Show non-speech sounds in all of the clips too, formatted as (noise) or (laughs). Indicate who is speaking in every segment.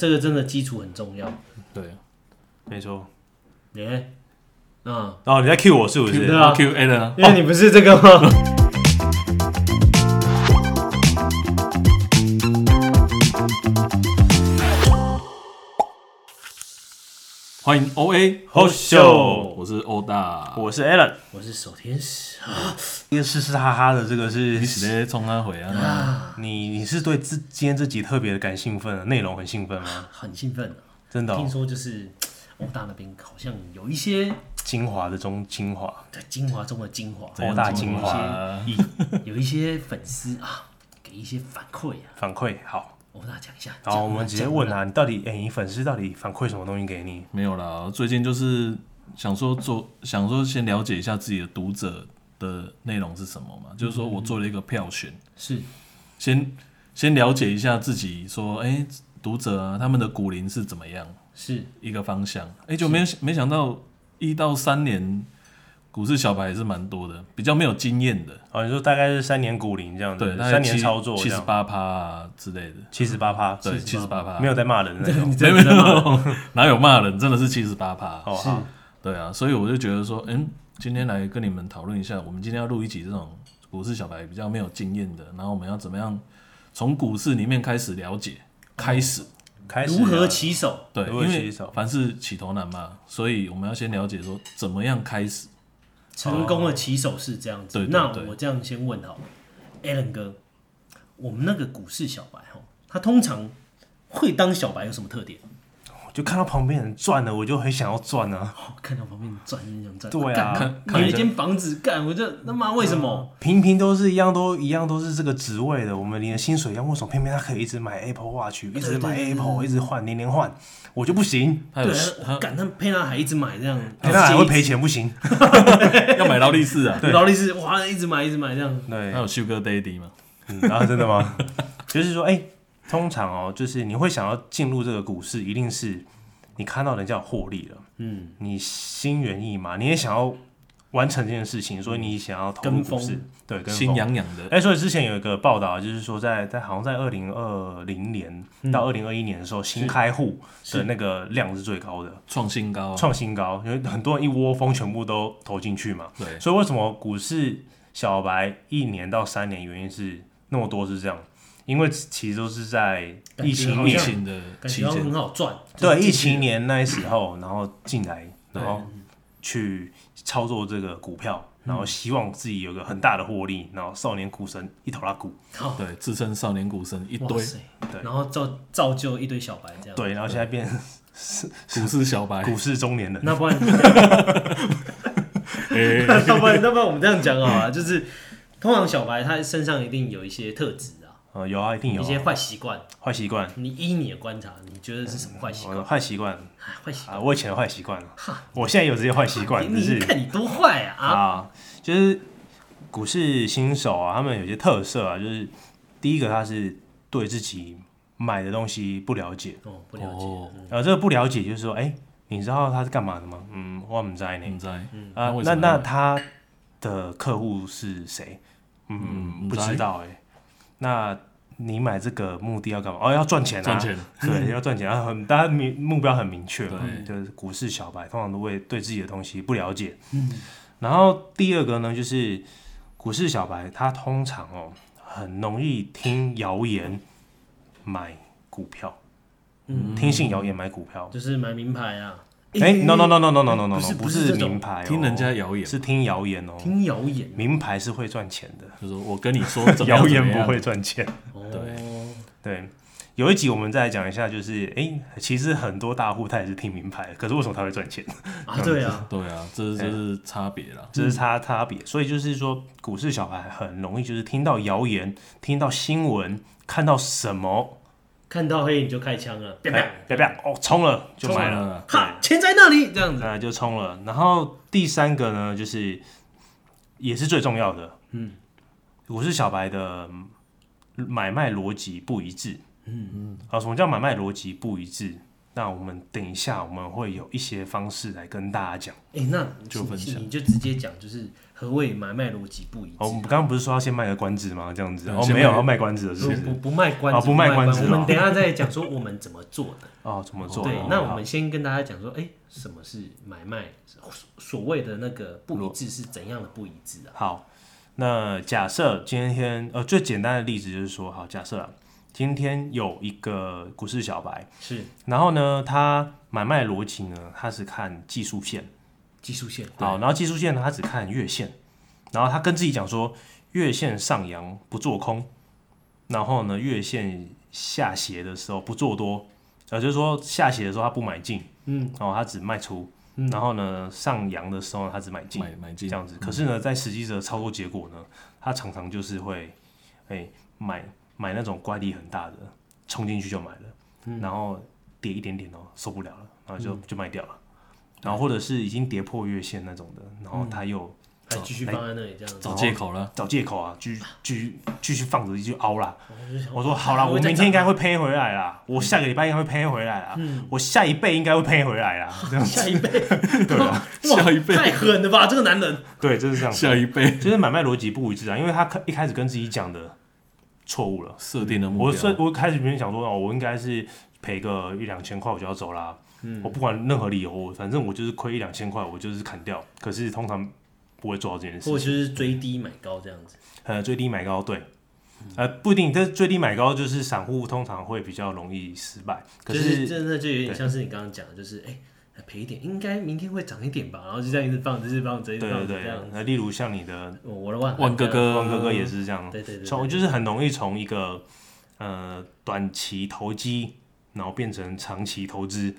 Speaker 1: 这个真的基础很重要。
Speaker 2: 对，
Speaker 3: 没错。
Speaker 1: 耶、嗯，
Speaker 3: 哦，你在 Q 我是不
Speaker 1: 对
Speaker 3: 是？
Speaker 1: 啊
Speaker 2: Q Allen 啊，
Speaker 1: 因为你不是这个吗？
Speaker 2: 欢迎 O A 哦
Speaker 3: 好秀
Speaker 2: 我是欧大，
Speaker 3: 我是 Alan，
Speaker 1: (laughs) 我是守天使。啊
Speaker 3: 这个是是哈哈的，这个是
Speaker 2: 你直接冲他回啊！
Speaker 3: 你你是对这今天这集特别的感兴奋的啊内容很兴奋吗？
Speaker 1: 很兴奋、啊，
Speaker 3: 真的、
Speaker 1: 听
Speaker 3: 哦，
Speaker 1: 说就是欧大那边好像有一些
Speaker 3: 精华的中精华，
Speaker 1: 在精华中的精华，
Speaker 3: 欧大精
Speaker 2: 华
Speaker 3: 华
Speaker 2: 啊
Speaker 3: 一
Speaker 1: (laughs) 有一些粉丝啊，给一些反馈啊。
Speaker 3: 反馈好，
Speaker 1: 欧大讲一下，
Speaker 3: 然后我们直接问
Speaker 1: 啊，
Speaker 3: 啊，你到底哎、你粉丝到底反馈什么东西给你？
Speaker 2: 没有啦，最近就是想说做，想说先了解一下自己的读者的内容是什么嘛，就是说我做了一个票选，
Speaker 1: 是
Speaker 2: 先先了解一下自己，说，哎、读者啊，他们的骨龄是怎么样
Speaker 3: (laughs)
Speaker 1: 是
Speaker 2: 一个方向？哎、就没有没想到一到三年股市小白还是蛮多的，比较没有经验的，
Speaker 3: 哦，你说大概是三年股龄这样
Speaker 2: 对
Speaker 3: 子，，三年操作
Speaker 2: 七
Speaker 3: 这
Speaker 2: 十
Speaker 3: 样，
Speaker 2: 八趴啊之类的，
Speaker 3: 七十八啊趴，
Speaker 2: 对，七十八趴，
Speaker 3: 没有在骂人 (laughs) 的那种。
Speaker 1: 你
Speaker 2: 没
Speaker 1: 真
Speaker 2: 有
Speaker 1: 的
Speaker 2: 没
Speaker 1: 不知道吗
Speaker 2: 有，哪有骂人，真的是七十八趴，
Speaker 3: 哦，
Speaker 1: 是
Speaker 3: 好
Speaker 2: 对啊，所以我就觉得说，嗯，今天来跟你们讨论一下，我们今天要录一集这种股市小白比较没有经验的，然后我们要怎么样从股市里面开始了解，开始。
Speaker 3: 开始
Speaker 1: 如何
Speaker 3: 了
Speaker 1: 起手？
Speaker 2: 对，
Speaker 3: 如
Speaker 2: 因
Speaker 3: 何
Speaker 2: 为
Speaker 3: 起手
Speaker 2: 凡事起头难嘛，所以我们要先了解说怎么样开始。
Speaker 1: 成功的起手是这样子。
Speaker 2: 对对
Speaker 1: 那
Speaker 2: 对
Speaker 1: 我这样先问好了，Allen 哥，我们那个股市小白哈，他通常会当小白有什么特点？ (laughs)
Speaker 3: 就看到旁边人赚了，我就很想要赚啊。
Speaker 1: 哦，看到旁边赚，很想赚。
Speaker 3: 对啊
Speaker 1: 干
Speaker 3: 看嗯
Speaker 1: 有一间房子干，我就他妈为什么？
Speaker 3: 平平都是一样，都一样都是这个职位的，我们领的薪水一样，为什么偏偏他可以一直买 Apple Watch，一直买 Apple，一直换，年年换，我就不行，
Speaker 2: 他有
Speaker 1: 对啊，
Speaker 2: 他
Speaker 1: 干他配他还一直买这样，
Speaker 3: 那还会
Speaker 1: 直接
Speaker 3: 赔钱，不行。
Speaker 2: 要买劳力士啊，
Speaker 1: 劳力士哇，一直买一直买这样。
Speaker 3: (laughs) 对
Speaker 2: 他，有 Sugar Daddy 嘛？
Speaker 3: 嗯啊，真的吗？ (laughs) 就是说，哎、通常哦，就是你会想要进入这个股市，一定是你看到人家有获利了，嗯，你心猿意马，你也想要完成这件事情，所以你想要投入
Speaker 1: 跟
Speaker 3: 股
Speaker 1: 风
Speaker 3: 市，对，跟
Speaker 2: 心
Speaker 3: 风。
Speaker 2: 痒痒的，
Speaker 3: 哎、所以之前有一个报道，就是说在在好像在二零二零年
Speaker 1: 嗯
Speaker 3: 到二零二一年的时候，新开户的那个量是最高的，
Speaker 2: 创新高啊，
Speaker 3: 创新高，因为很多人一窝蜂全部都投进去嘛。
Speaker 2: 对，
Speaker 3: 所以为什么股市小白一年到三年，原因是那么多是这样，因为其实都是在疫情
Speaker 1: 感
Speaker 2: 疫
Speaker 1: 觉好像
Speaker 3: 年
Speaker 2: 情的
Speaker 1: 感
Speaker 2: 期
Speaker 1: 觉好像
Speaker 2: 间
Speaker 1: 很好赚，
Speaker 3: 对
Speaker 1: 一
Speaker 3: 疫
Speaker 1: 起
Speaker 3: 情年那时候，然后进来，然后去操作这个股票，然后希望自己有个很大的获利，然后少年股神一头拉股。
Speaker 1: 好
Speaker 2: 对，自称少年股神一
Speaker 1: 哇
Speaker 2: 堆，
Speaker 1: 塞
Speaker 3: 对
Speaker 1: 然后造造就一堆小白这样。
Speaker 3: 对，然后现在变
Speaker 2: 股市小白，
Speaker 3: 股市中年
Speaker 1: (laughs)
Speaker 3: 人。
Speaker 1: 那不然
Speaker 2: 哎，
Speaker 1: 要不然，要不然我们这样讲好了，就是通常小白他身上一定有一些特质啊，
Speaker 3: 呃，有啊，一定有
Speaker 1: 一些
Speaker 3: 啊
Speaker 1: 坏习惯。
Speaker 3: 坏习惯，
Speaker 1: 你依你的观察，你觉得是什么坏习
Speaker 3: 我
Speaker 1: 惯？
Speaker 3: 的坏习惯
Speaker 1: 哎坏习
Speaker 3: 啊，我以前有坏习惯， (laughs) 我现在有这些坏习惯，
Speaker 1: 惯，你
Speaker 3: 就
Speaker 1: (laughs) 你
Speaker 3: 是
Speaker 1: 看你多坏啊！啊，
Speaker 3: 啊，就是股市新手啊，他们有些特色啊，就是第一个他是对自己买的东西不了解，
Speaker 1: 哦，不了
Speaker 2: 哦
Speaker 1: 解，
Speaker 3: 呃，这个不了解就是说，哎、你知道他是干嘛的吗？嗯，我们在
Speaker 2: 你
Speaker 3: 呢，
Speaker 2: 在
Speaker 3: 啊
Speaker 2: 嗯为，
Speaker 3: 那
Speaker 2: 什么
Speaker 3: 那
Speaker 2: 呢
Speaker 3: 他的客户是谁？嗯，
Speaker 2: 嗯
Speaker 3: 不
Speaker 2: 不
Speaker 3: 知
Speaker 2: 知
Speaker 3: 道哎、那。你买这个目的要干嘛？哦，要赚钱啊！
Speaker 2: 赚钱，
Speaker 3: 对，要赚钱啊，很大家明目标很明确嘛，
Speaker 2: 嗯对
Speaker 3: 就是股市小白通常都会对自己的东西不了解。
Speaker 2: 嗯
Speaker 3: 然后第二个呢，就是股市小白他通常哦很容易听谣言买股票，嗯，听信谣言买股票
Speaker 1: 嗯。就是买名牌啊。
Speaker 3: 哎，no no no no no no no no，
Speaker 1: 不是
Speaker 3: 不
Speaker 1: 不是这种
Speaker 3: 名牌哦，
Speaker 2: 听人家谣言，
Speaker 3: 是听谣言哦，
Speaker 1: 听谣言
Speaker 3: 名牌是会赚钱的，
Speaker 2: 就是我跟你
Speaker 3: (laughs)
Speaker 2: 说怎么样
Speaker 3: 谣
Speaker 2: 怎么
Speaker 3: 言
Speaker 2: 样
Speaker 3: 不会赚钱。
Speaker 1: 哦，
Speaker 3: 对，有一集我们再来讲一下，就是哎、诶其实很多大户他也是听名牌，可是为什么他会赚钱？
Speaker 1: 啊，对啊，
Speaker 2: 对啊，这
Speaker 3: 哎
Speaker 2: 这是差别啦。
Speaker 3: 这是差差别。所以就是说，股市小孩很容易就是听到谣言、听到新闻、看到什么，
Speaker 1: 看到黑影就开枪了，啪
Speaker 3: 哎
Speaker 1: 啪，
Speaker 3: 啪啪哦，冲了就买了，
Speaker 2: 了，
Speaker 1: 哈，钱在那里，这样子。
Speaker 3: 那就冲了。然后第三个呢，就是也是最重要的，嗯，股市小白的嗯买卖逻辑不一致。嗯嗯，啊，什么叫买卖逻辑不一致？那我们等一下我们会有一些方式来跟大家讲。
Speaker 1: 哎、那
Speaker 2: 就分享
Speaker 1: 你你就直接讲，就是何谓买卖逻辑不一致？
Speaker 3: 哦，我们刚刚不是说要先卖个关子吗？这样子
Speaker 2: 对
Speaker 3: 哦，
Speaker 2: 先
Speaker 3: 没有
Speaker 2: 卖
Speaker 3: 要卖关子的，是不
Speaker 1: 不不
Speaker 3: 是？
Speaker 1: 不卖关子，
Speaker 3: 哦不卖关子
Speaker 1: 我们
Speaker 3: 哦
Speaker 1: 等一下再讲说我们怎么做
Speaker 3: (laughs)
Speaker 1: 的。
Speaker 3: 哦，怎么
Speaker 1: 嗯
Speaker 3: 做？
Speaker 1: 对
Speaker 3: 哦，
Speaker 1: 那我
Speaker 3: 好
Speaker 1: 们先跟大家讲说，哎、什么是买卖？所所谓的那个不一致是怎样的不一致啊？
Speaker 3: 好，那假设今天呃最简单的例子就是说，好，假设、啊、今天有一个股市小白，
Speaker 1: 是
Speaker 3: 然后呢，他买卖逻辑呢，他是看技术线，
Speaker 1: 技术线，
Speaker 3: 好，然后技术线呢，他只看月线，然后他跟自己讲说，月线上扬不做空，然后呢，月线下斜的时候不做多，呃，就是说下斜的时候他不买进，
Speaker 1: 嗯，
Speaker 3: 然后他只卖出，然后呢，上扬的时候他只买进，
Speaker 2: 买买
Speaker 3: 这
Speaker 2: 进，
Speaker 3: 样子。可是呢，在实际的操作结果呢，他常常就是会，哎、买买那种乖离很大的，冲进去就买了，
Speaker 1: 嗯
Speaker 3: 然后跌一点点哦，受不了了，然后就、就卖掉了。然后或者是已经跌破月线那种的，然
Speaker 1: 嗯
Speaker 3: 后他又
Speaker 1: 还继续放在那里这样子。
Speaker 2: 找借口了，
Speaker 3: 找借口啊，继续继续继续放着，继续凹啦。
Speaker 1: 我就想
Speaker 3: 我说好啦，
Speaker 1: 会
Speaker 3: 我
Speaker 1: 再
Speaker 3: 明天应该
Speaker 1: 涨啊嗯
Speaker 3: 会赔回来啦，我下个礼拜应该会赔回来啦，我下一辈应该会赔回来啦。 (laughs) 这样
Speaker 1: 下一辈，
Speaker 3: 对啊， (laughs)
Speaker 1: 哇
Speaker 2: 下一辈
Speaker 1: 太狠了吧，这个男人。
Speaker 3: 对，就是这样子。
Speaker 1: 啊
Speaker 2: 下一
Speaker 3: (laughs)
Speaker 2: 辈
Speaker 3: 就是买卖逻辑不一致啊，因为他开一开始跟自己讲的错误了。
Speaker 2: 设定的目
Speaker 3: 我是
Speaker 2: 标，
Speaker 3: 我开始原本想说哦，我应该是赔个一两千块我就要走啦。
Speaker 1: 嗯
Speaker 3: 我不管任何理由，我反正我就是亏一两千块，我就是砍掉。可是通常不会做到这件事
Speaker 1: 或者就是追低买高这样子。
Speaker 3: 呃，最低买高，对，呃，不一定，但是最低买高就是散户通常会比较容易失败。可
Speaker 1: 就是真的就有点像是你刚刚讲的，就是哎赔、一点，应该明天会涨一点吧，然后就这样一直放，一直放，一
Speaker 3: 对
Speaker 1: 直
Speaker 3: 对
Speaker 1: 放，
Speaker 3: 对
Speaker 1: 这样，。
Speaker 3: 呃，例如像你的
Speaker 1: 我我的万
Speaker 2: 万哥，哥，
Speaker 3: 万哥哥也是这样，
Speaker 1: 对对对
Speaker 3: 从
Speaker 1: 对
Speaker 3: 就是很容易从一个呃短期投机，然后变成长期投资。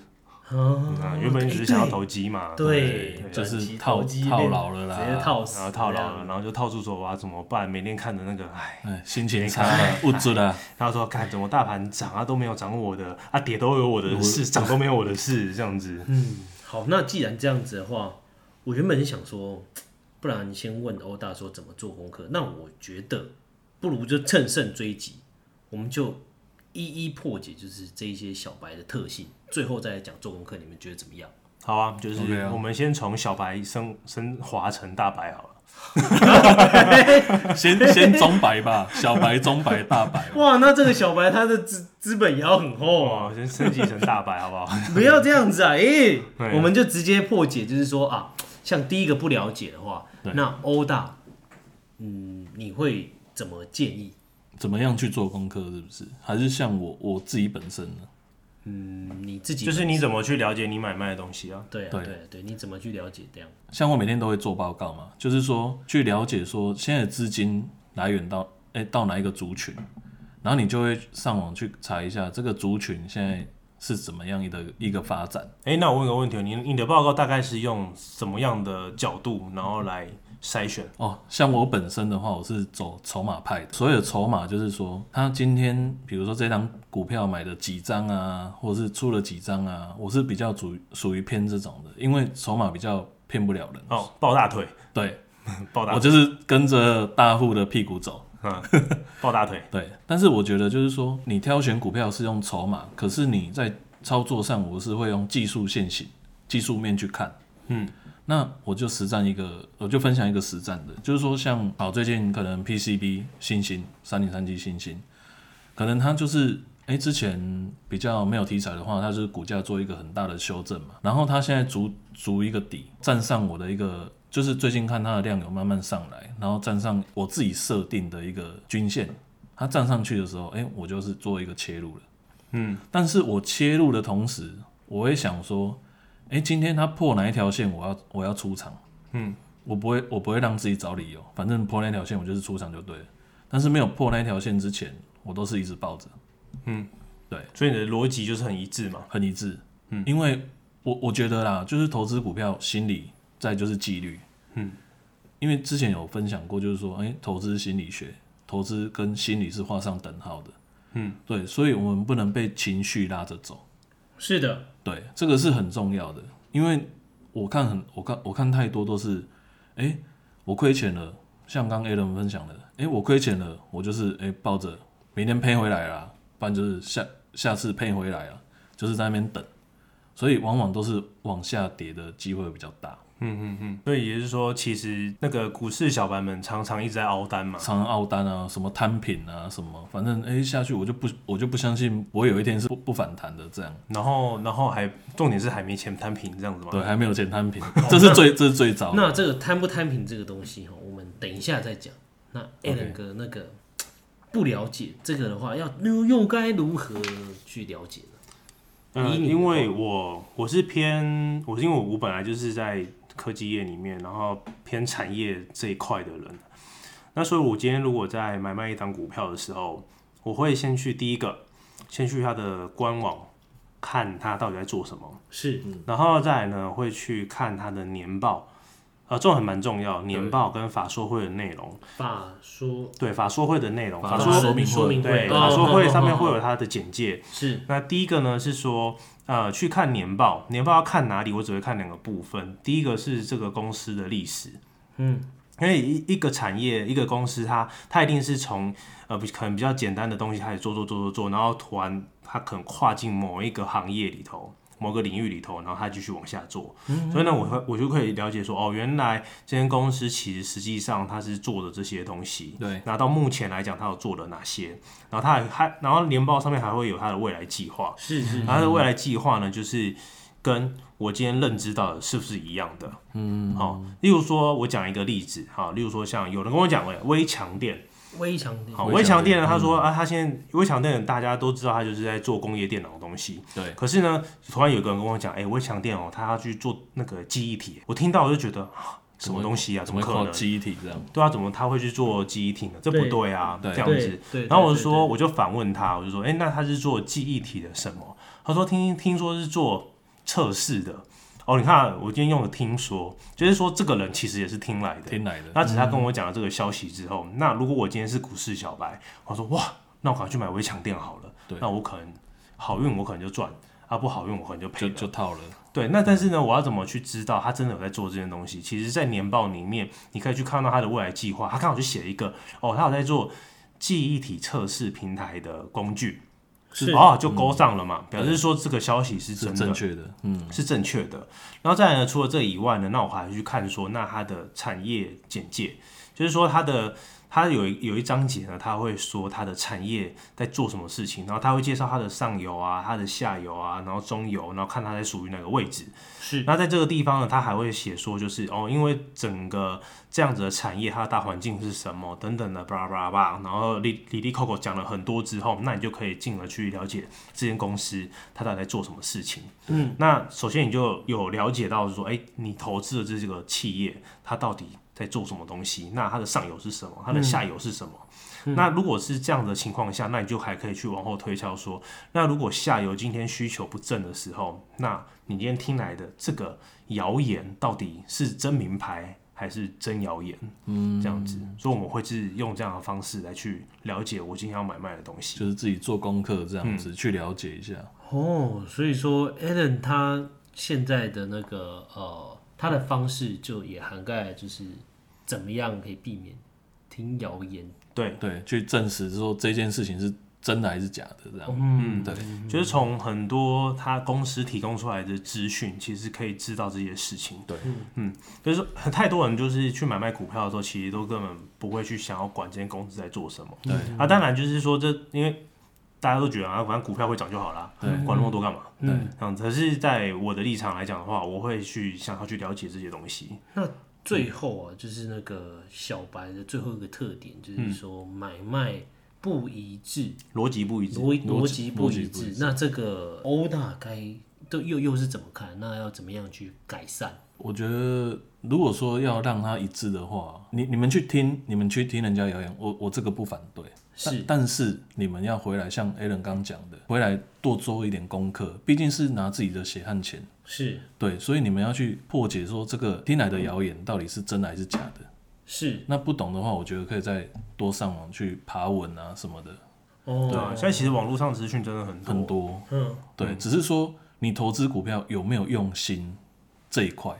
Speaker 1: 哦
Speaker 3: 啊，原本只是想要投机嘛，
Speaker 1: 啊对
Speaker 3: 对，
Speaker 2: 就
Speaker 1: 短期
Speaker 2: 是
Speaker 1: 投
Speaker 2: 套
Speaker 1: 机
Speaker 2: 套
Speaker 1: 变
Speaker 2: 牢了啦，
Speaker 1: 直接啊套死，
Speaker 3: 然后套牢了，，然后就套住说哇怎么办？每天看着那个，哎，
Speaker 2: 哎，心情差了，物质了，
Speaker 3: 然后说看怎么大盘涨啊都没有涨我的，啊跌都有我的事，涨都没有我的事，这样子。
Speaker 1: 嗯，好，那既然这样子的话，我原本想说，不然先问欧大说怎么做功课，那我觉得不如就趁胜追击，我们就一一破解，就是这一些小白的特性，最后再来讲做功课，你们觉得怎么样？
Speaker 3: 好啊，就是
Speaker 2: OK 啊
Speaker 3: 我们先从小白升升华成大白好了。
Speaker 2: 先先中白吧，小白、中白、大白，
Speaker 1: 哇，那这个小白他的资资本也要很厚啊，
Speaker 3: 哦哇，先升级成大白
Speaker 1: (laughs)
Speaker 3: 好不好？
Speaker 1: 不要这样子啊！诶、
Speaker 3: (laughs) 对
Speaker 1: 我们就直接破解，就是说啊，像第一个不了解的话，那欧大，嗯，你会怎么建议？
Speaker 2: 怎么样去做功课？是不是？还是像我我自己本身呢？
Speaker 1: 嗯，你自己
Speaker 3: 就是你怎么去了解你买卖的东西啊？
Speaker 1: 对啊，对
Speaker 2: 对
Speaker 1: 啊对，你怎么去了解这样？
Speaker 2: 像我每天都会做报告嘛，就是说去了解说现在的资金来源到哎、到哪一个族群，然后你就会上网去查一下这个族群现在是怎么样的一个发展。
Speaker 3: 哎、那我问个问题哦，你你的报告大概是用什么样的角度，然后来筛选？
Speaker 2: 哦，像我本身的话，我是走筹码派的。所有的筹码就是说，他今天比如说这张股票买了几张啊，或者是出了几张啊，我是比较属于属于偏这种的，因为筹码比较骗不了人。
Speaker 3: 哦，抱大腿，
Speaker 2: 对，
Speaker 3: 抱大
Speaker 2: 我就是跟着大户的屁股走。
Speaker 3: 抱大腿，
Speaker 2: 对，但是我觉得就是说，你挑选股票是用筹码，可是你在操作上，我是会用技术线型、技术面去看。
Speaker 3: 嗯，
Speaker 2: 那我就实战一个，我就分享一个实战的，就是说像好最近可能 PCB 星星三零三七星星，可能它就是哎、诶之前比较没有题材的话，它就是股价做一个很大的修正嘛，然后它现在足足一个底，站上我的一个。就是最近看它的量有慢慢上来，然后站上我自己设定的一个均线，它站上去的时候，哎、我就是做一个切入了。嗯，但是我切入的同时，我会想说，哎、今天它破哪一条线，我要我要出场。
Speaker 3: 嗯，
Speaker 2: 我不会我不会让自己找理由，反正破那条线我就是出场就对了。但是没有破那条线之前，我都是一直抱着，
Speaker 3: 所以你的逻辑就是很一致嘛。
Speaker 2: 很一致。嗯，因为我我觉得啦，就是投资股票心理，再就是纪律。
Speaker 3: 嗯，
Speaker 2: 因为之前有分享过，就是说，哎、投资心理学，投资跟心理是画上等号的。
Speaker 3: 嗯，
Speaker 2: 对，所以我们不能被情绪拉着走。
Speaker 1: 是的，
Speaker 2: 对，这个是很重要的，因为我看很，我看我看太多都是，哎、我亏钱了，像刚 A 伦分享的，哎、我亏钱了，我就是哎、诶抱着明天赔回来啦，不然就是下下次赔回来啊，就是在那边等，所以往往都是往下跌的机会比较大，
Speaker 3: 嗯嗯嗯，所以也就是说，其实那个股市小白们常常一直在凹单嘛，
Speaker 2: 常常凹单啊，什么摊平啊，什么，反正哎、下去我就不我就不相信不会有一天是不不反弹的这样。
Speaker 3: 然后然后还重点是还没钱摊平这样子嘛，
Speaker 2: 对，还没有减摊
Speaker 3: (laughs)
Speaker 2: 平，这是最这是最糟的。
Speaker 1: 那这个摊不摊平这个东西哈，我们等一下再讲。那
Speaker 2: OK
Speaker 1: Alan 哥那个不了解这个的话，要又又该如何去了解呢？
Speaker 3: 嗯，
Speaker 1: 以你的
Speaker 3: 因为我我是偏，我是因为我本来就是在科技业里面，然后偏产业这一块的人。那所以，我今天如果在买卖一档股票的时候，我会先去第一个，先去它的官网看它到底在做什么，
Speaker 1: 是
Speaker 3: 然后再来呢会去看它的年报，啊、这种还蛮重要，年报跟法说会的内容，
Speaker 1: 法说
Speaker 3: 对法说会的内容，
Speaker 2: 法
Speaker 3: 法
Speaker 2: 说
Speaker 3: 说
Speaker 2: 说明会
Speaker 1: 说明
Speaker 3: 对
Speaker 1: 会，
Speaker 3: 法说会上面会
Speaker 1: 哦哦哦
Speaker 3: 有它的简介，
Speaker 1: 哦是
Speaker 3: 那第一个呢是说，呃，去看年报，年报要看哪里？我只会看两个部分，第一个是这个公司的历史，嗯，因为一一个产业一个公司它，它一定是从呃比可能比较简单的东西开始做做做做做，然后突然它可能跨进某一个行业里头。某个领域里头，然后它继续往下做，
Speaker 1: 嗯
Speaker 3: 所以呢，我会我就可以了解说，哦，原来这间公司其实实际上它是做的这些东西，
Speaker 2: 对，
Speaker 3: 那到目前来讲，它有做了哪些？然后它还还，然后年报上面还会有它的未来计划。
Speaker 1: 是是
Speaker 3: 然后它的未来计划呢，就是跟我今天认知到的是不是一样的？嗯，好、例如说，我讲一个例子，好、例如说像有人跟我讲，哎，微强电，
Speaker 1: 微强的
Speaker 3: 好，
Speaker 2: 微
Speaker 3: 嗯微强
Speaker 2: 强电
Speaker 3: 电呢，他说、啊，他现在微强电大家都知道，他就是在做工业电脑的东西。
Speaker 2: 对，
Speaker 3: 可是呢，突然有个人跟我讲，哎、微强电哦，他要去做那个记忆体，我听到我就觉得啊什么东西啊，怎
Speaker 2: 怎么
Speaker 3: 么
Speaker 2: 会
Speaker 3: 可
Speaker 2: 靠
Speaker 3: 能？
Speaker 2: 记忆体这样？
Speaker 3: 对啊，怎么他会去做记忆体呢？这不
Speaker 1: 对
Speaker 3: 对啊，
Speaker 2: 对
Speaker 3: 这样
Speaker 1: 对
Speaker 3: 子。
Speaker 1: 对，
Speaker 3: 然后我就
Speaker 1: 对
Speaker 3: 说，，我就反问他，我就说，哎、那他是做记忆体的什么？他说听听说是做测试的。哦，你看我今天用的听说，就是说这个人其实也是听来的。
Speaker 2: 听来的，
Speaker 3: 那只是他跟我讲了这个消息之后，那如果我今天是股市小白，我说哇，那我赶快去买微强电好了。
Speaker 2: 对
Speaker 3: 那我可能好运我可能就赚，啊不好运我可能就赔
Speaker 2: 就
Speaker 3: 了。
Speaker 2: 就套了。
Speaker 3: 对，那但是呢，我要怎么去知道他真的有在做这件东西？其实，在年报里面，你可以去看到他的未来计划。他刚好就写了一个，哦，他有在做记忆体测试平台的工具，
Speaker 1: 是
Speaker 3: 哦，就勾上了嘛，表示说这个消息是
Speaker 2: 嗯是
Speaker 3: 真的
Speaker 2: 正，确的，嗯，
Speaker 3: 是正确的。然后再来呢，除了这以外呢，那我还去看说，那它的产业简介，就是说它的它有一有一章节呢，它会说它的产业在做什么事情，然后它会介绍它的上游啊、它的下游啊，然后中游，然后看它在属于哪个位置。
Speaker 1: 是
Speaker 3: 那在这个地方呢，它还会写说，就是哦，因为整个这样子的产业，它的大环境是什么等等的，巴拉巴拉巴拉。然后李李丽 Coco 讲了很多之后，那你就可以进而去了解这间公司它到底在做什么事情。嗯，那首先你就有了解到说，哎、你投资的这个企业，它到底在做什么东西？那它的上游是什么？它的下游是什么？那如果是这样的情况下，那你就还可以去往后推敲说，那如果下游今天需求不振的时候，那你今天听来的这个谣言到底是真名牌还是真谣言？嗯，这样子，所以我们会是用这样的方式来去了解我今天要买卖的东西。
Speaker 2: 就是自己做功课这样子、去了解一下。
Speaker 3: 嗯
Speaker 1: 哦，所以说 Alan 他现在的那个呃，他的方式就也涵盖就是怎么样可以避免听谣言，
Speaker 3: 对，
Speaker 2: 对，去证实说这件事情是真的还是假的这样。嗯，对，
Speaker 3: 就是从很多他公司提供出来的资讯，其实可以知道这些事情。
Speaker 2: 对，
Speaker 3: 嗯，就是说很太多人就是去买卖股票的时候，其实都根本不会去想要管这间公司在做什么。
Speaker 2: 对，
Speaker 3: 啊，当然就是说这因为。大家都觉得啊，反正股票会涨就好啦，管那么多干嘛？
Speaker 2: 对
Speaker 3: 嗯，这样子。可是，在我的立场来讲的话，我会去想要去了解这些东西。
Speaker 1: 最后啊，就是那个小白的最后一个特点，就是说买卖不一致，
Speaker 3: 逻辑不一致。
Speaker 1: 逻
Speaker 2: 逻
Speaker 1: 逻
Speaker 2: 辑
Speaker 1: 辑不
Speaker 2: 逻辑
Speaker 1: 一
Speaker 2: 不一
Speaker 1: 致。那这个欧大该都又又是怎么看？那要怎么样去改善？
Speaker 2: 我觉得如果说要让它一致的话，你你们去听，你们去听人家谣言，我我这个不反对，
Speaker 1: 是
Speaker 2: 但但是你们要回来，像 a l a n 刚讲的，回来多做一点功课，毕竟是拿自己的血汗钱。
Speaker 1: 是
Speaker 2: 对，所以你们要去破解说这个听来的谣言到底是真的还是假的。
Speaker 1: 是
Speaker 2: 那不懂的话，我觉得可以再多上网去爬文啊什么的，
Speaker 1: 哦，
Speaker 3: 对啊，现在其实网络上资讯真的很多。
Speaker 2: 很多。
Speaker 1: 嗯，
Speaker 2: 对，只是说你投资股票有没有用心这一块。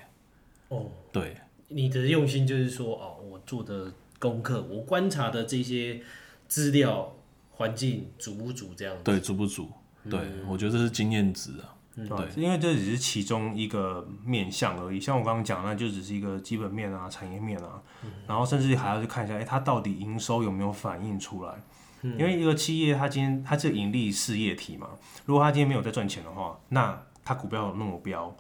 Speaker 1: 哦，
Speaker 2: 对
Speaker 1: 你的用心就是说哦，我做的功课，我观察的这些资料环境足不足这样？
Speaker 2: 对，足不足？对，我觉得这是经验值啊。
Speaker 3: 对吧？因为这只是其中一个面向而已。像我刚刚讲的，那就只是一个基本面啊、产业面啊，然后甚至还要去看一下，哎、它到底营收有没有反映出来？因为一个企业，它今天它是盈利事业体嘛，如果它今天没有在赚钱的话，那它股票有那么标，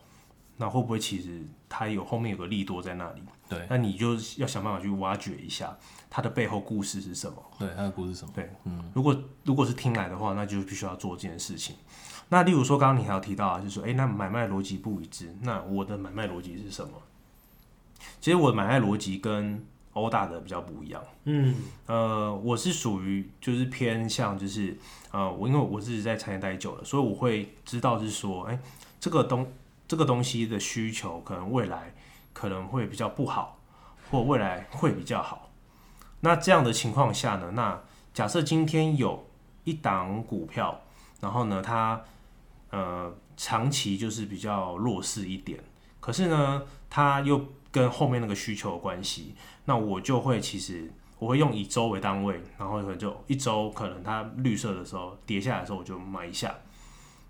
Speaker 3: 那会不会其实它有后面有个利多在那里？
Speaker 2: 对
Speaker 3: 那你就要想办法去挖掘一下它的背后故事是什么。
Speaker 2: 对，它的故事是什么？
Speaker 3: 对，如果如果是听来的话，那就必须要做这件事情。那例如说，刚刚你还有提到啊，就是说，诶，那买卖逻辑不一致，那我的买卖逻辑是什么？其实我的买卖逻辑跟欧大的比较不一样。
Speaker 1: 嗯，
Speaker 3: 呃，我是属于就是偏向就是呃，我因为我自己在产业待久了，所以我会知道是说，哎、这个东这个东西的需求可能未来可能会比较不好，或未来会比较好。那这样的情况下呢，那假设今天有一档股票，然后呢，它呃长期就是比较弱势一点，可是呢，它又跟后面那个需求有关系，那我就会其实我会用以周为单位，然后可能就一周可能它绿色的时候跌下来的时候，我就买一下，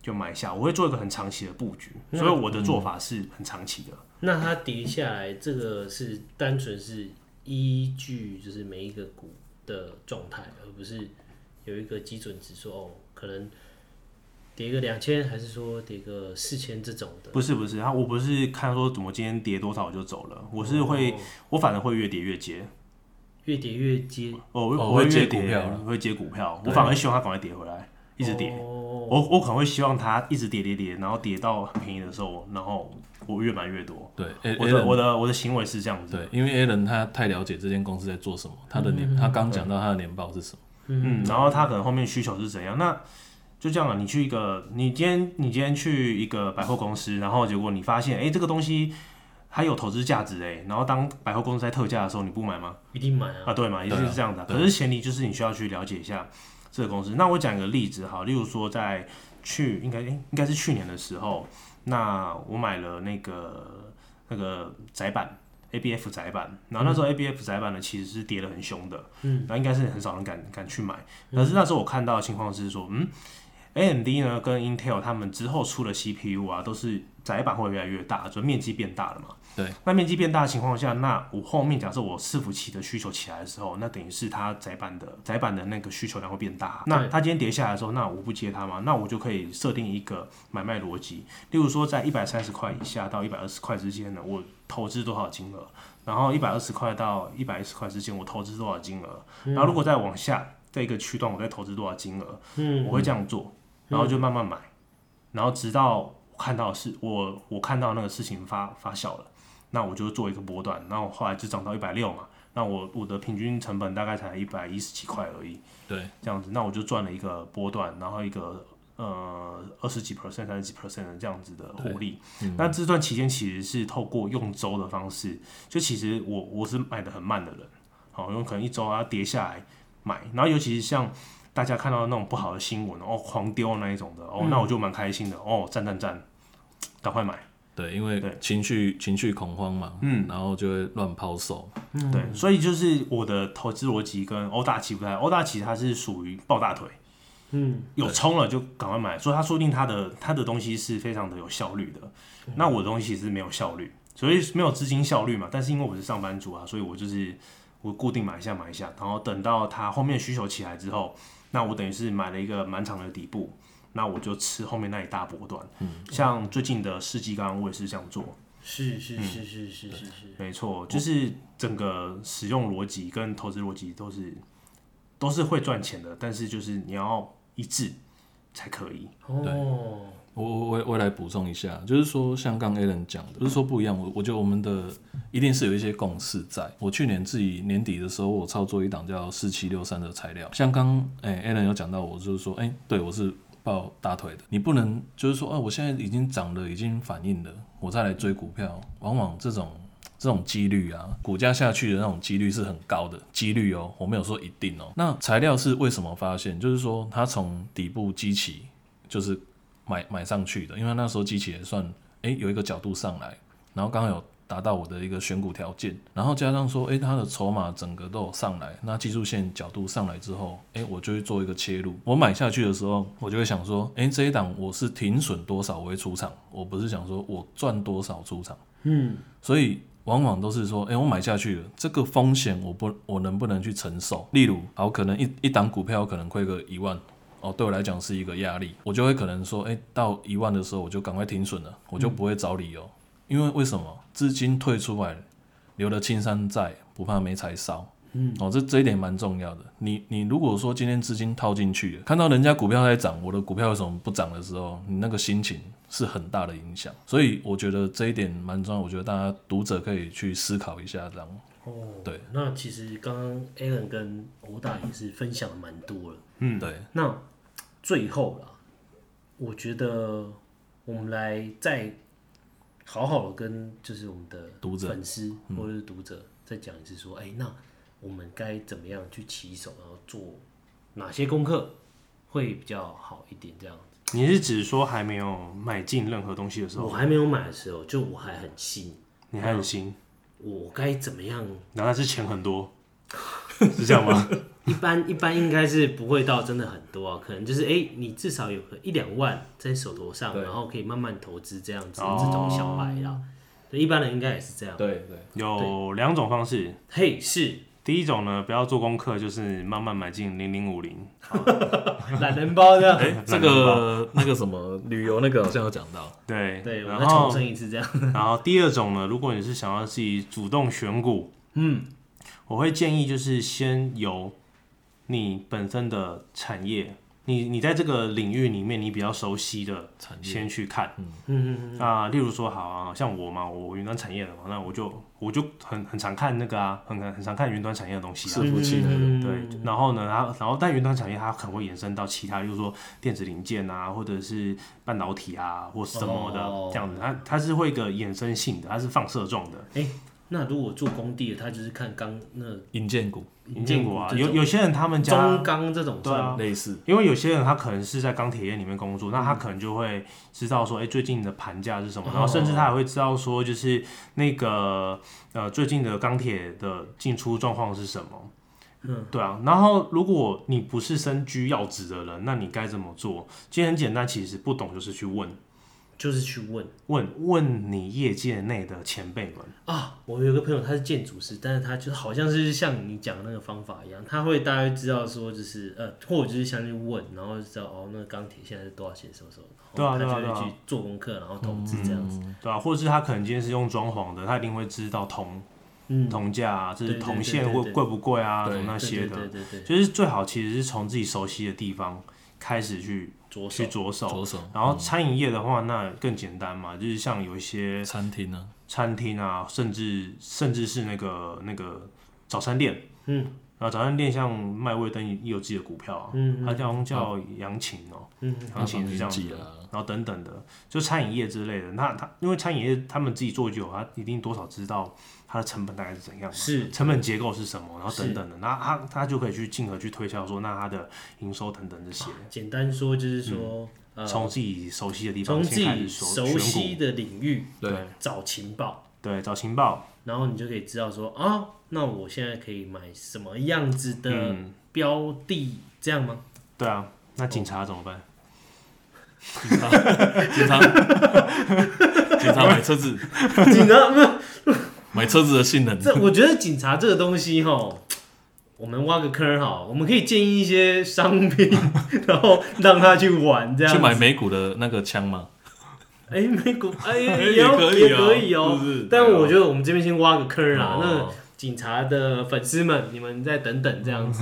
Speaker 3: 就买一下。我会做一个很长期的布局，所以我的做法是很长期的。
Speaker 1: 那它跌下来，这个是单纯是依据就是每一个股的状态，而不是有一个基准值说哦，可能跌个两千，还是说跌个四千这种的。
Speaker 3: 不是不是，它我不是看说怎么今天跌多少我就走了，我是会，我反而会越跌越接。
Speaker 1: 越跌越接，
Speaker 3: 哦，
Speaker 2: 哦
Speaker 3: 我
Speaker 2: 会接
Speaker 3: 越
Speaker 2: 股
Speaker 3: 跌
Speaker 2: 票了
Speaker 3: 会接股票，我
Speaker 2: 对
Speaker 3: 反而希望它赶快跌回来，一直跌。
Speaker 1: 哦
Speaker 3: 我我可能会希望它一直跌跌跌，然后跌到很便宜的时候，然后我越买越多。
Speaker 2: 对，A
Speaker 3: 我的
Speaker 2: Alan
Speaker 3: 我的我的行为是这样子。
Speaker 2: 对，因为 Alan 他太了解这间公司在做什么，他的年，他刚讲到他的年报是什么，
Speaker 3: 嗯，然后他可能后面需求是怎样？那就这样啊，你去一个，你今天你今天去一个百货公司，然后结果你发现，哎、这个东西它有投资价值哎、然后当百货公司在特价的时候，你不买吗？
Speaker 1: 一定买啊！
Speaker 3: 啊，对嘛，也
Speaker 2: 对啊
Speaker 3: 是这样的啊、
Speaker 2: 对
Speaker 3: 可是前提就是你需要去了解一下这个公司。那我讲一个例子哈，例如说在去应该、诶应该是去年的时候，那我买了那个那个窄板 ABF 窄板，然后那时候
Speaker 2: 嗯
Speaker 3: ABF 窄板呢其实是跌得很凶的，嗯，那应该是很少人敢敢去买。
Speaker 2: 嗯
Speaker 3: 但是那时候我看到的情况是说，嗯。AMD 呢跟 Intel 他们之后出的 CPU 啊，都是窄板会越来越大，就是面积变大了嘛。
Speaker 2: 对，
Speaker 3: 那面积变大的情况下，那我后面假设我伺服器的需求起来的时候，那等于是它窄板的窄板的那个需求量会变大。那它今天跌下来的时候，那我不接它嘛，那我就可以设定一个买卖逻辑，例如说在一百三十块以下到一百二十块之间呢，我投资多少金额，然后一百二十块到一百一十块之间我投资多少金额，然后如果再往下这一个区段我再投资多少金额，嗯，我会这样做，然后就慢慢买，然后直到我看到的事我我看到那个事情发发酵了。那我就做一个波段，然后后来就涨到一百六嘛，那我我的平均成本大概才一百一十几块而已，
Speaker 2: 对，
Speaker 3: 这样子，那我就赚了一个波段，然后一个呃二十几 percent、三十几 percent 的这样子的获利。那这段期间其实是透过用周的方式，就其实我我是买的很慢的人，好，有可能一周啊跌下来买，然后尤其是像。大家看到那种不好的新闻，哦，狂丢那一种的，哦，那我就蛮开心的，哦，赞赞赞，赶快买。
Speaker 2: 对，因为情绪情绪恐慌嘛，嗯，然后就会乱抛售，
Speaker 3: 对，所以就是我的投资逻辑跟欧大奇不太，欧大奇它是属于抱大腿，嗯，有冲了就赶快买，所以他说不定他的他的东西是非常的有效率的，那我的东西是没有效率，所以没有资金效率嘛。但是因为我是上班族啊，所以我就是我固定买一下买一下，然后等到它后面需求起来之后，那我等于是买了一个蛮长的底部。那我就吃后面那一大波段，嗯，像最近的世纪刚刚我也是这样做，
Speaker 1: 是是是是是是是，
Speaker 3: 没错，就是整个使用逻辑跟投资逻辑都是都是会赚钱的，但是就是你要一致才可以。
Speaker 1: 哦，
Speaker 2: 我我我我来补充一下，就是说像刚 a l a n 讲的，不是说不一样，我我觉得我们的一定是有一些共识在。我去年自己年底的时候，我操作一档叫四七六三的材料，像刚哎、a l a n 有讲到，我就是说，哎、对我是抱大腿的，你不能就是说，啊，我现在已经涨了，已经反应了，我再来追股票，往往这种。这种几率啊，股价下去的那种几率是很高的几率哦，我没有说一定哦。那材料是为什么发现？就是说它从底部激起，就是买买上去的，因为那时候机器也算诶有一个角度上来，然后刚好有达到我的一个选股条件，然后加上说，诶，它的筹码整个都有上来，那技术线角度上来之后，诶，我就会做一个切入。我买下去的时候，我就会想说，诶，这一档我是停损多少我会出场，我不是想说我赚多少出场。嗯，所以往往都是说，诶，我买下去了，这个风险我不我能不能去承受？例如，好，可能一一档股票可能亏个一万。哦，对我来讲是一个压力，我就会可能说，诶，到一万的时候我就赶快停损了，我就不会找理由，因为为什么资金退出来，留得青山在，不怕没柴烧。嗯，哦，这这一点蛮重要的。你你如果说今天资金套进去了，看到人家股票在涨，我的股票为什么不涨的时候，你那个心情是很大的影响。所以我觉得这一点蛮重要，我觉得大家读者可以去思考一下，这样。
Speaker 1: 哦，
Speaker 2: 对，
Speaker 1: 那其实刚刚 Alan 跟欧大也是分享蛮多了。
Speaker 2: 嗯，对，
Speaker 1: 那最后啦，我觉得我们来再好好的跟就是我们的
Speaker 2: 读者
Speaker 1: 粉丝或者是读者再讲一次，说，哎、那我们该怎么样去起手，然后做哪些功课会比较好一点？这样，
Speaker 3: 你是指说还没有买进任何东西的时
Speaker 1: 我
Speaker 3: 候，
Speaker 1: 还没有买的时候，就我还很新，
Speaker 3: 你还很新，
Speaker 1: 我该怎么样？
Speaker 3: 然后那是钱很多，是这
Speaker 1: (laughs)
Speaker 3: 样吗？
Speaker 1: 一般一般应该是不会到真的很多啊，可能就是哎、你至少有个一两万在手头上，
Speaker 2: 对
Speaker 1: 然后可以慢慢投资这样子，
Speaker 3: 哦
Speaker 1: 这种小白啦，对，一般人应该也是这样。
Speaker 2: 对对，
Speaker 3: 有两种方式，
Speaker 1: 嘿，是
Speaker 3: 第一种呢，不要做功课，就是慢慢买进零零五零，
Speaker 1: 懒人包这样。
Speaker 2: 哎这个那个什么旅游那个好像有讲到，
Speaker 3: 对
Speaker 1: 对，我
Speaker 3: 然
Speaker 1: 们再重
Speaker 3: 后
Speaker 1: 申一次这
Speaker 3: (laughs)
Speaker 1: 样。
Speaker 3: 然后第二种呢，如果你是想要自己主动选股，嗯，我会建议就是先由你本身的产业，你你在这个领域里面你比较熟悉的
Speaker 2: 产业
Speaker 3: 先去看，
Speaker 1: 嗯，
Speaker 3: 啊，例如说，好啊，像我嘛，我云端产业的嘛，那我就我就很很常看那个啊，很很常看云端产业的东西啊。
Speaker 2: 伺服器
Speaker 1: 嗯
Speaker 2: 那种，
Speaker 3: 对，然后呢，它然后但云端产业它可能会延伸到其他，例如说电子零件啊，或者是半导体啊，或什么的、
Speaker 1: 哦
Speaker 3: 这样子，它它是会一个衍生性的，它是放射状的。
Speaker 1: 哎、那如果做工地的，他就是看钢那
Speaker 2: 银建股
Speaker 3: 你见过啊？
Speaker 1: 嗯这
Speaker 3: 有
Speaker 1: 种
Speaker 3: 有些人他们
Speaker 1: 中
Speaker 3: 家，
Speaker 1: 钢这种
Speaker 3: 对啊
Speaker 2: 类似，
Speaker 3: 因为有些人他可能是在钢铁业里面工作，
Speaker 1: 嗯
Speaker 3: 那他可能就会知道说，哎、最近的盘价是什
Speaker 1: 哦
Speaker 3: 么，然后甚至他还会知道说，就是那个呃最近的钢铁的进出状况是什么。嗯，对啊。然后如果你不是身居要职的人，那你该怎么做？其实很简单，其实不懂就是去问
Speaker 1: 就是去问
Speaker 3: 问问你业界内的前辈们。
Speaker 1: 啊。我有个朋友他是建筑师，但是他就好像是像你讲的那个方法一样，他会大概知道说就是呃，或者就是相去问，然后就知道哦，那个钢铁现在是多少钱，什么时候，
Speaker 3: 对啊
Speaker 1: 然后他
Speaker 3: 对
Speaker 1: 就
Speaker 3: 啊
Speaker 1: 会
Speaker 3: 对啊
Speaker 1: 去做功课，然后投资这样子。
Speaker 3: 对啊，或者是他可能今天是用装潢的，他一定会知道铜、铜价啊，这
Speaker 1: 嗯
Speaker 3: 是
Speaker 1: 对对
Speaker 3: 铜
Speaker 1: 对
Speaker 3: 线
Speaker 1: 对
Speaker 3: 会
Speaker 1: 对
Speaker 3: 贵不贵啊，
Speaker 2: 对
Speaker 3: 什么
Speaker 1: 对
Speaker 3: 那些
Speaker 1: 对
Speaker 3: 的
Speaker 1: 对。对对，
Speaker 3: 就是最好其实是从自己熟悉的地方开始去
Speaker 1: 着手
Speaker 3: 去着手。
Speaker 2: 左手
Speaker 3: 然后餐饮业的话，那更简单嘛，就是像有一些
Speaker 2: 餐厅呢，
Speaker 3: 餐厅啊，甚至甚至是那个那个早餐店，嗯，然后早餐店像麦味登也有自己的股票啊，嗯，它叫叫杨琴哦，
Speaker 1: 嗯，
Speaker 3: 杨琴是这样子
Speaker 2: 记
Speaker 3: 的，
Speaker 2: 啊，
Speaker 3: 然后等等的，就餐饮业之类的，那它因为餐饮业他们自己做久，他一定多少知道它的成本大概是怎样嘛，
Speaker 1: 是
Speaker 3: 成本结构是什么，然后
Speaker 1: 是
Speaker 3: 等等的，那他他就可以去竞合去推销说，那他的营收等等这些，
Speaker 1: 简单说就是说、
Speaker 3: 嗯从自己熟悉的
Speaker 1: 呃，嗯
Speaker 3: 地
Speaker 1: 从
Speaker 3: 方
Speaker 1: 自
Speaker 3: 先开始
Speaker 1: 己
Speaker 3: 熟
Speaker 1: 熟悉的领域
Speaker 2: 对
Speaker 1: 找情报。
Speaker 3: 对，找情报，
Speaker 1: 然后你就可以知道说啊，那我现在可以买什么样子的
Speaker 3: 嗯
Speaker 1: 标的，这样吗？ (laughs)
Speaker 3: 对啊，那警察怎么办？
Speaker 2: 警察，警察买车子，
Speaker 1: 警察，不是
Speaker 2: 买车子的性 (laughs) 能，
Speaker 1: 这我觉得警察这个东西哈，我们挖个坑好，我们可以建议一些商品，然后让他去玩这样
Speaker 2: 去
Speaker 1: 子。
Speaker 2: 买美股的那个枪嘛，
Speaker 1: 哎，美
Speaker 2: (laughs)
Speaker 1: 股哎也
Speaker 2: 也可以啊
Speaker 1: 也可以哦
Speaker 2: 是不是
Speaker 1: 但我觉得我们这边先挖个坑啊，那
Speaker 2: 哦
Speaker 1: 警察的粉丝们，你们再等等这
Speaker 2: (laughs)
Speaker 1: 样子。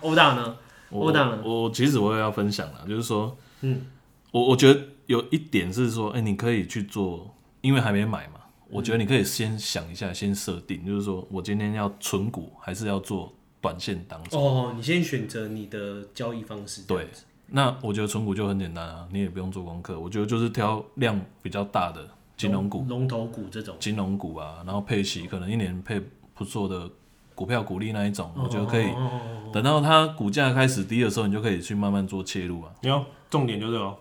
Speaker 1: 欧大呢？
Speaker 2: 我
Speaker 1: 欧大呢
Speaker 2: 我其实我也要分享了，就是说，
Speaker 1: 嗯，
Speaker 2: 我我觉得有一点是说，哎、你可以去做，因为还没买嘛，我觉得你可以先想一下，先设定，就是说我今天要存股还是要做短线当中。
Speaker 1: 哦，你先选择你的交易方式。
Speaker 2: 对，那我觉得存股就很简单啊，你也不用做功课，我觉得就是挑量比较大的金融股、
Speaker 1: 龙头股这种。
Speaker 2: 金融股啊，然后配息可能一年配不错的股票股利那一种，我觉得可以。
Speaker 1: 哦
Speaker 2: 等到它股价开始低的时候，你就可以去慢慢做切入啊。
Speaker 3: 你要重点就是哦，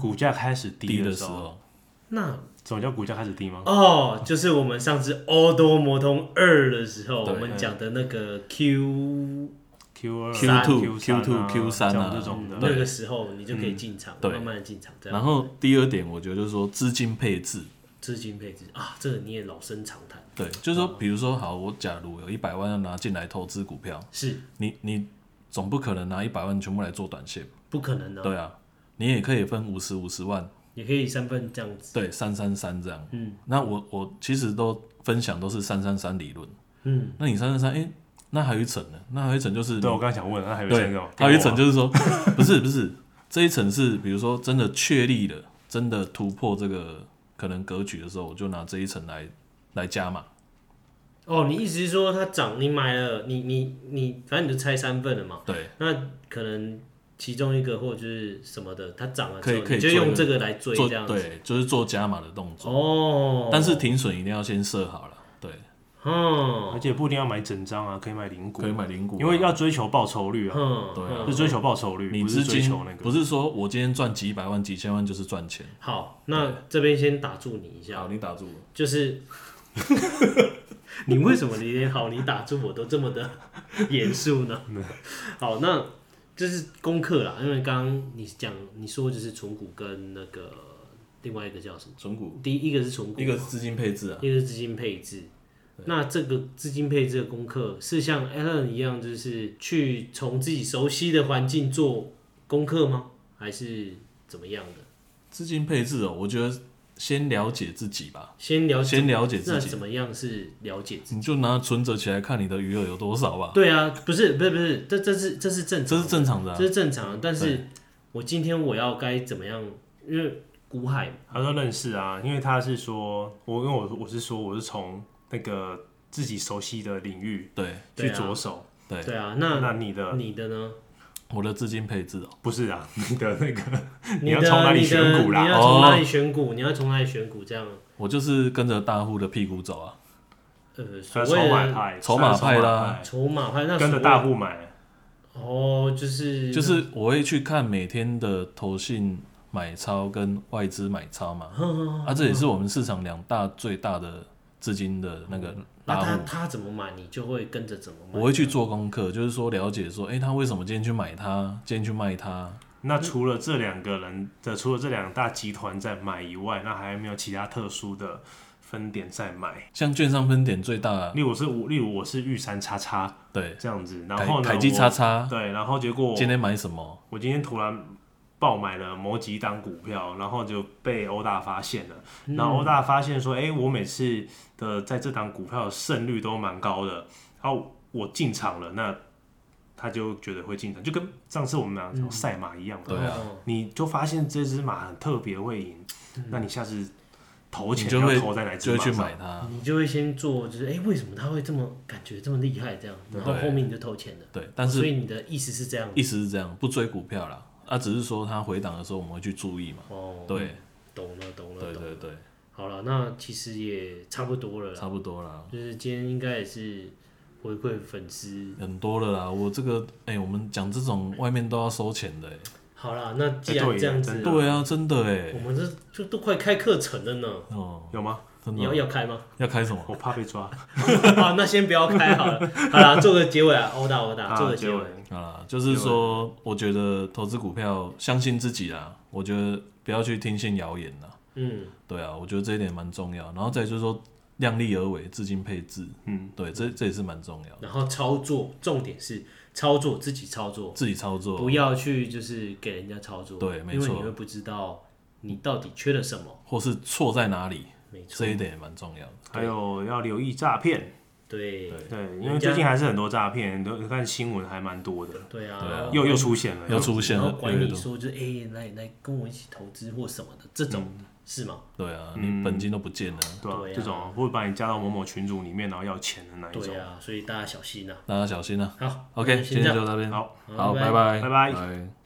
Speaker 3: 股价开始低
Speaker 2: 低的
Speaker 3: 时
Speaker 2: 时，候，
Speaker 1: 那
Speaker 3: 什么叫股价开始低吗？
Speaker 1: 哦，就是我们上次《欧多魔通二》的时候，
Speaker 2: 对哎
Speaker 1: 我们讲的那个 Q
Speaker 3: Q 二、
Speaker 2: Q two
Speaker 3: Q
Speaker 2: Q two Q 三啊
Speaker 3: 讲这种
Speaker 1: 那
Speaker 3: 的，
Speaker 1: 个时候，你就可以进场，
Speaker 2: 嗯对
Speaker 1: 慢慢的进场，这样
Speaker 2: 然后第二点，我觉得就是说资金配置，
Speaker 1: 资金配置啊，这个你也老生常谈，
Speaker 2: 对，就是
Speaker 1: 嗯
Speaker 2: 说，比如说，好，我假如有一百万要拿进来投资股票，
Speaker 1: 是
Speaker 2: 你你总不可能拿一百万全部来做短线，
Speaker 1: 不可能的、
Speaker 2: 对啊，你也可以分五十五十万，
Speaker 1: 也可以三份这样子，
Speaker 2: 对，三三三这样。
Speaker 1: 嗯，
Speaker 2: 那我我其实都分享都是三三三理论，
Speaker 1: 嗯，
Speaker 2: 那你三三三，哎，那还有一层呢，那还有一层就是
Speaker 3: 对我刚刚想问，那还有一层
Speaker 2: 对
Speaker 3: 给我，
Speaker 2: 还有一层就是说，不是不是，这一层是比如说真的确立了，真的突破这个可能格局的时候，我就拿这一层来来加码。
Speaker 1: 哦，你意思是说它涨，你买了，你你你，反正你就拆三份了嘛，
Speaker 2: 对
Speaker 1: 那可能其中一个或者是什么的，它涨了之
Speaker 2: 可以
Speaker 1: 后，
Speaker 2: 可以
Speaker 1: 你就
Speaker 2: 做一
Speaker 1: 用
Speaker 2: 个
Speaker 1: 这个来追
Speaker 2: 做
Speaker 1: 这样子，
Speaker 2: 对，就是做加码的动作，
Speaker 1: 哦，
Speaker 2: 但是停损一定要先设好了，对，
Speaker 1: 嗯
Speaker 3: 而且不一定要买整张啊，可以买零股
Speaker 2: 可以，买零股啊，
Speaker 3: 因为要追求报酬率啊，
Speaker 1: 嗯，
Speaker 2: 对啊
Speaker 1: 嗯
Speaker 3: 是追求报酬率，
Speaker 2: 你
Speaker 3: 不是
Speaker 2: 资
Speaker 3: 追
Speaker 2: 金
Speaker 3: 求那个
Speaker 2: 不是说我今天赚几百万、几千万就是赚钱。
Speaker 1: 好，那这边先打住你一下
Speaker 2: 好，，你打住了。
Speaker 1: 就是 (laughs) 你为什么你连好你打住我都这么的严肃
Speaker 2: (laughs)
Speaker 1: 呢？好，那就是功课啦，因为刚刚你讲你说就是存股跟那个另外一个叫什么？
Speaker 2: 存股，
Speaker 1: 第一个是存股，
Speaker 2: 一个是资金配置啊，
Speaker 1: 一个是资金配置。那这个资金配置的功课是像 Alan 一样，就是去从自己熟悉的环境做功课吗？还是怎么样的？
Speaker 2: 资金配置哦，我觉得先了解自己吧，
Speaker 1: 先了解，
Speaker 2: 先了解自
Speaker 1: 那
Speaker 2: 己，
Speaker 1: 怎么样是了解自己？
Speaker 2: 你就拿存折起来看你的余额有多少吧，
Speaker 1: 对啊，不是，不是，不是，这这是这是正
Speaker 2: 这
Speaker 1: 常的，
Speaker 2: 是正常的啊
Speaker 1: 这。是正常的。但是我今天我要该怎么样？因为股海
Speaker 3: 他说认识啊，因为他是说，我因为我我是说我是从那个自己熟悉的领域
Speaker 2: 对
Speaker 1: 对
Speaker 3: 去
Speaker 1: 啊
Speaker 3: 着手，
Speaker 2: 对，
Speaker 1: 对啊，那
Speaker 3: 那你的
Speaker 1: 你的
Speaker 2: (laughs)
Speaker 1: 呢？
Speaker 2: 我的资金配置哦，
Speaker 3: 不是啊，你的那个
Speaker 1: 你
Speaker 3: 你要从哪
Speaker 1: 的
Speaker 3: 里
Speaker 1: 你的
Speaker 3: 选股啦
Speaker 1: 你要从
Speaker 2: 哦
Speaker 1: 哪里选股？你要从哪里选股？这样，
Speaker 2: 我就是跟着大户的屁股走啊，
Speaker 1: 呃，所
Speaker 3: 算
Speaker 1: 谓
Speaker 3: 筹码
Speaker 1: 的
Speaker 3: 派，
Speaker 2: 筹码
Speaker 3: 算
Speaker 2: 派啦
Speaker 1: 筹码派，那
Speaker 3: 派
Speaker 1: 所
Speaker 3: 跟着
Speaker 1: 谓
Speaker 3: 大户买，
Speaker 1: 哦，就是
Speaker 2: 就是我会去看每天的投信买超跟外资买超嘛，
Speaker 1: 嗯
Speaker 2: 啊，这也是我们市场两大最大的资金的那个
Speaker 1: 嗯那
Speaker 2: 大
Speaker 1: 他
Speaker 2: 户。
Speaker 1: 他怎么买，你就会跟着怎么买。
Speaker 2: 我会去做功课，就是说了解说，哎、他为什么今天去买它，今天去卖它？
Speaker 3: 那除了这两个人的，除了这两大集团在买以外，那还有没有其他特殊的分点在买？
Speaker 2: 像券商分点最大，
Speaker 3: 例如是我，例如我是玉山叉叉
Speaker 2: 对，
Speaker 3: 这样子，然
Speaker 2: 凯
Speaker 3: 后呢，
Speaker 2: 凯基
Speaker 3: 我
Speaker 2: 叉叉
Speaker 3: 对，然后结果
Speaker 2: 今天买什么？
Speaker 3: 我今天突然爆买了某几档股票，然后就被欧大发现了。然后欧大发现说：“哎、我每次的在这档股票的胜率都蛮高的。”然后我进场了，那他就觉得会进场，就跟上次我们俩讲赛马一样嘛。
Speaker 2: 对啊
Speaker 1: 哦
Speaker 3: 你就发现这只马很特别会赢，那你下次投
Speaker 2: 嗯你
Speaker 3: 钱
Speaker 2: 就
Speaker 3: 要
Speaker 2: 会
Speaker 3: 投在哪只
Speaker 2: 就会
Speaker 3: 马
Speaker 2: 去
Speaker 3: 上？
Speaker 2: 买它。
Speaker 1: 你就会先做，就是哎、为什么他会这么感觉这么厉害这样？然后
Speaker 2: 对
Speaker 1: 后面你就投钱了。
Speaker 2: 对，但
Speaker 1: 所
Speaker 2: 是
Speaker 1: 以你的意思是这样
Speaker 2: 意思是这样，不追股票啦，啊，只是说它回档的时候我们会去注意嘛。
Speaker 1: 哦，
Speaker 2: 对，
Speaker 1: 懂了，懂了，
Speaker 2: 对
Speaker 1: 懂了。
Speaker 2: 对对，
Speaker 1: 好了，那其实也差不多了啦，
Speaker 2: 差不多啦，
Speaker 1: 就是今天应该也是回馈粉丝。
Speaker 2: 很多了啦。我这个，哎、我们讲这种外面都要收钱的、
Speaker 1: 啊
Speaker 2: 欸，
Speaker 1: 好啦，那既
Speaker 3: 哎对
Speaker 1: 然
Speaker 3: 耶
Speaker 1: 这样子
Speaker 3: 真，
Speaker 2: 对啊，真的哎、
Speaker 1: 我们这就都快开课程了呢。
Speaker 2: 哦，(laughs)
Speaker 3: 有吗？
Speaker 2: 真
Speaker 1: 你要
Speaker 2: 的
Speaker 1: 要开吗？ (laughs)
Speaker 2: 要开什么？
Speaker 3: 我怕被抓。
Speaker 1: 好，那先不要开好了。好啦，做个结尾啊， (laughs) 殴打殴打，
Speaker 3: 啊
Speaker 1: 做个
Speaker 3: 结
Speaker 1: 结尾
Speaker 3: 尾。
Speaker 2: 啊，就是说，我觉得投资股票，相信自己啦。我觉得不要去听信谣言啦。
Speaker 1: 嗯，
Speaker 2: 对啊，我觉得这一点蛮重要。然后再就是说，量力而为，资金配置，
Speaker 3: 嗯，
Speaker 2: 对，这这也是蛮重要的。
Speaker 1: 然后操作，重点是操作，自己操作，
Speaker 2: 自己操作
Speaker 1: 不，要去就是给人家操作。
Speaker 2: 对没
Speaker 1: 因为
Speaker 2: 错
Speaker 1: 你会不知道你到底缺了什么。
Speaker 2: 或是错在哪里，
Speaker 1: 没错
Speaker 2: 这，一点也蛮重要的。
Speaker 3: 还有要留意诈骗，
Speaker 1: 对啊
Speaker 2: 对
Speaker 3: 对，因为
Speaker 1: 人家
Speaker 3: 最近还是很多诈骗，都看新闻还蛮多的，
Speaker 1: 对
Speaker 2: 对啊
Speaker 1: 啊，
Speaker 3: 又又出现了，
Speaker 2: 又出现
Speaker 1: 然后
Speaker 2: 了，
Speaker 1: 管
Speaker 2: 越
Speaker 1: 你
Speaker 2: 多
Speaker 1: 说就是哎、来来跟我一起投资或什么的这种、
Speaker 2: 嗯
Speaker 1: 是吗？
Speaker 2: 对啊，
Speaker 3: 嗯
Speaker 2: 你本金都不见了，
Speaker 3: 对啊
Speaker 1: 对啊
Speaker 3: 这种会把你加到某某群组里面，然后要钱的那一种
Speaker 1: 对。啊，所以大家小心啊。
Speaker 2: 大家小心啊。
Speaker 1: 好
Speaker 2: OK，
Speaker 1: 那先这
Speaker 2: 今
Speaker 1: 样，
Speaker 2: 天就到这边，
Speaker 3: 好，
Speaker 2: 好，
Speaker 1: 拜
Speaker 2: 拜
Speaker 3: 拜拜
Speaker 2: 拜。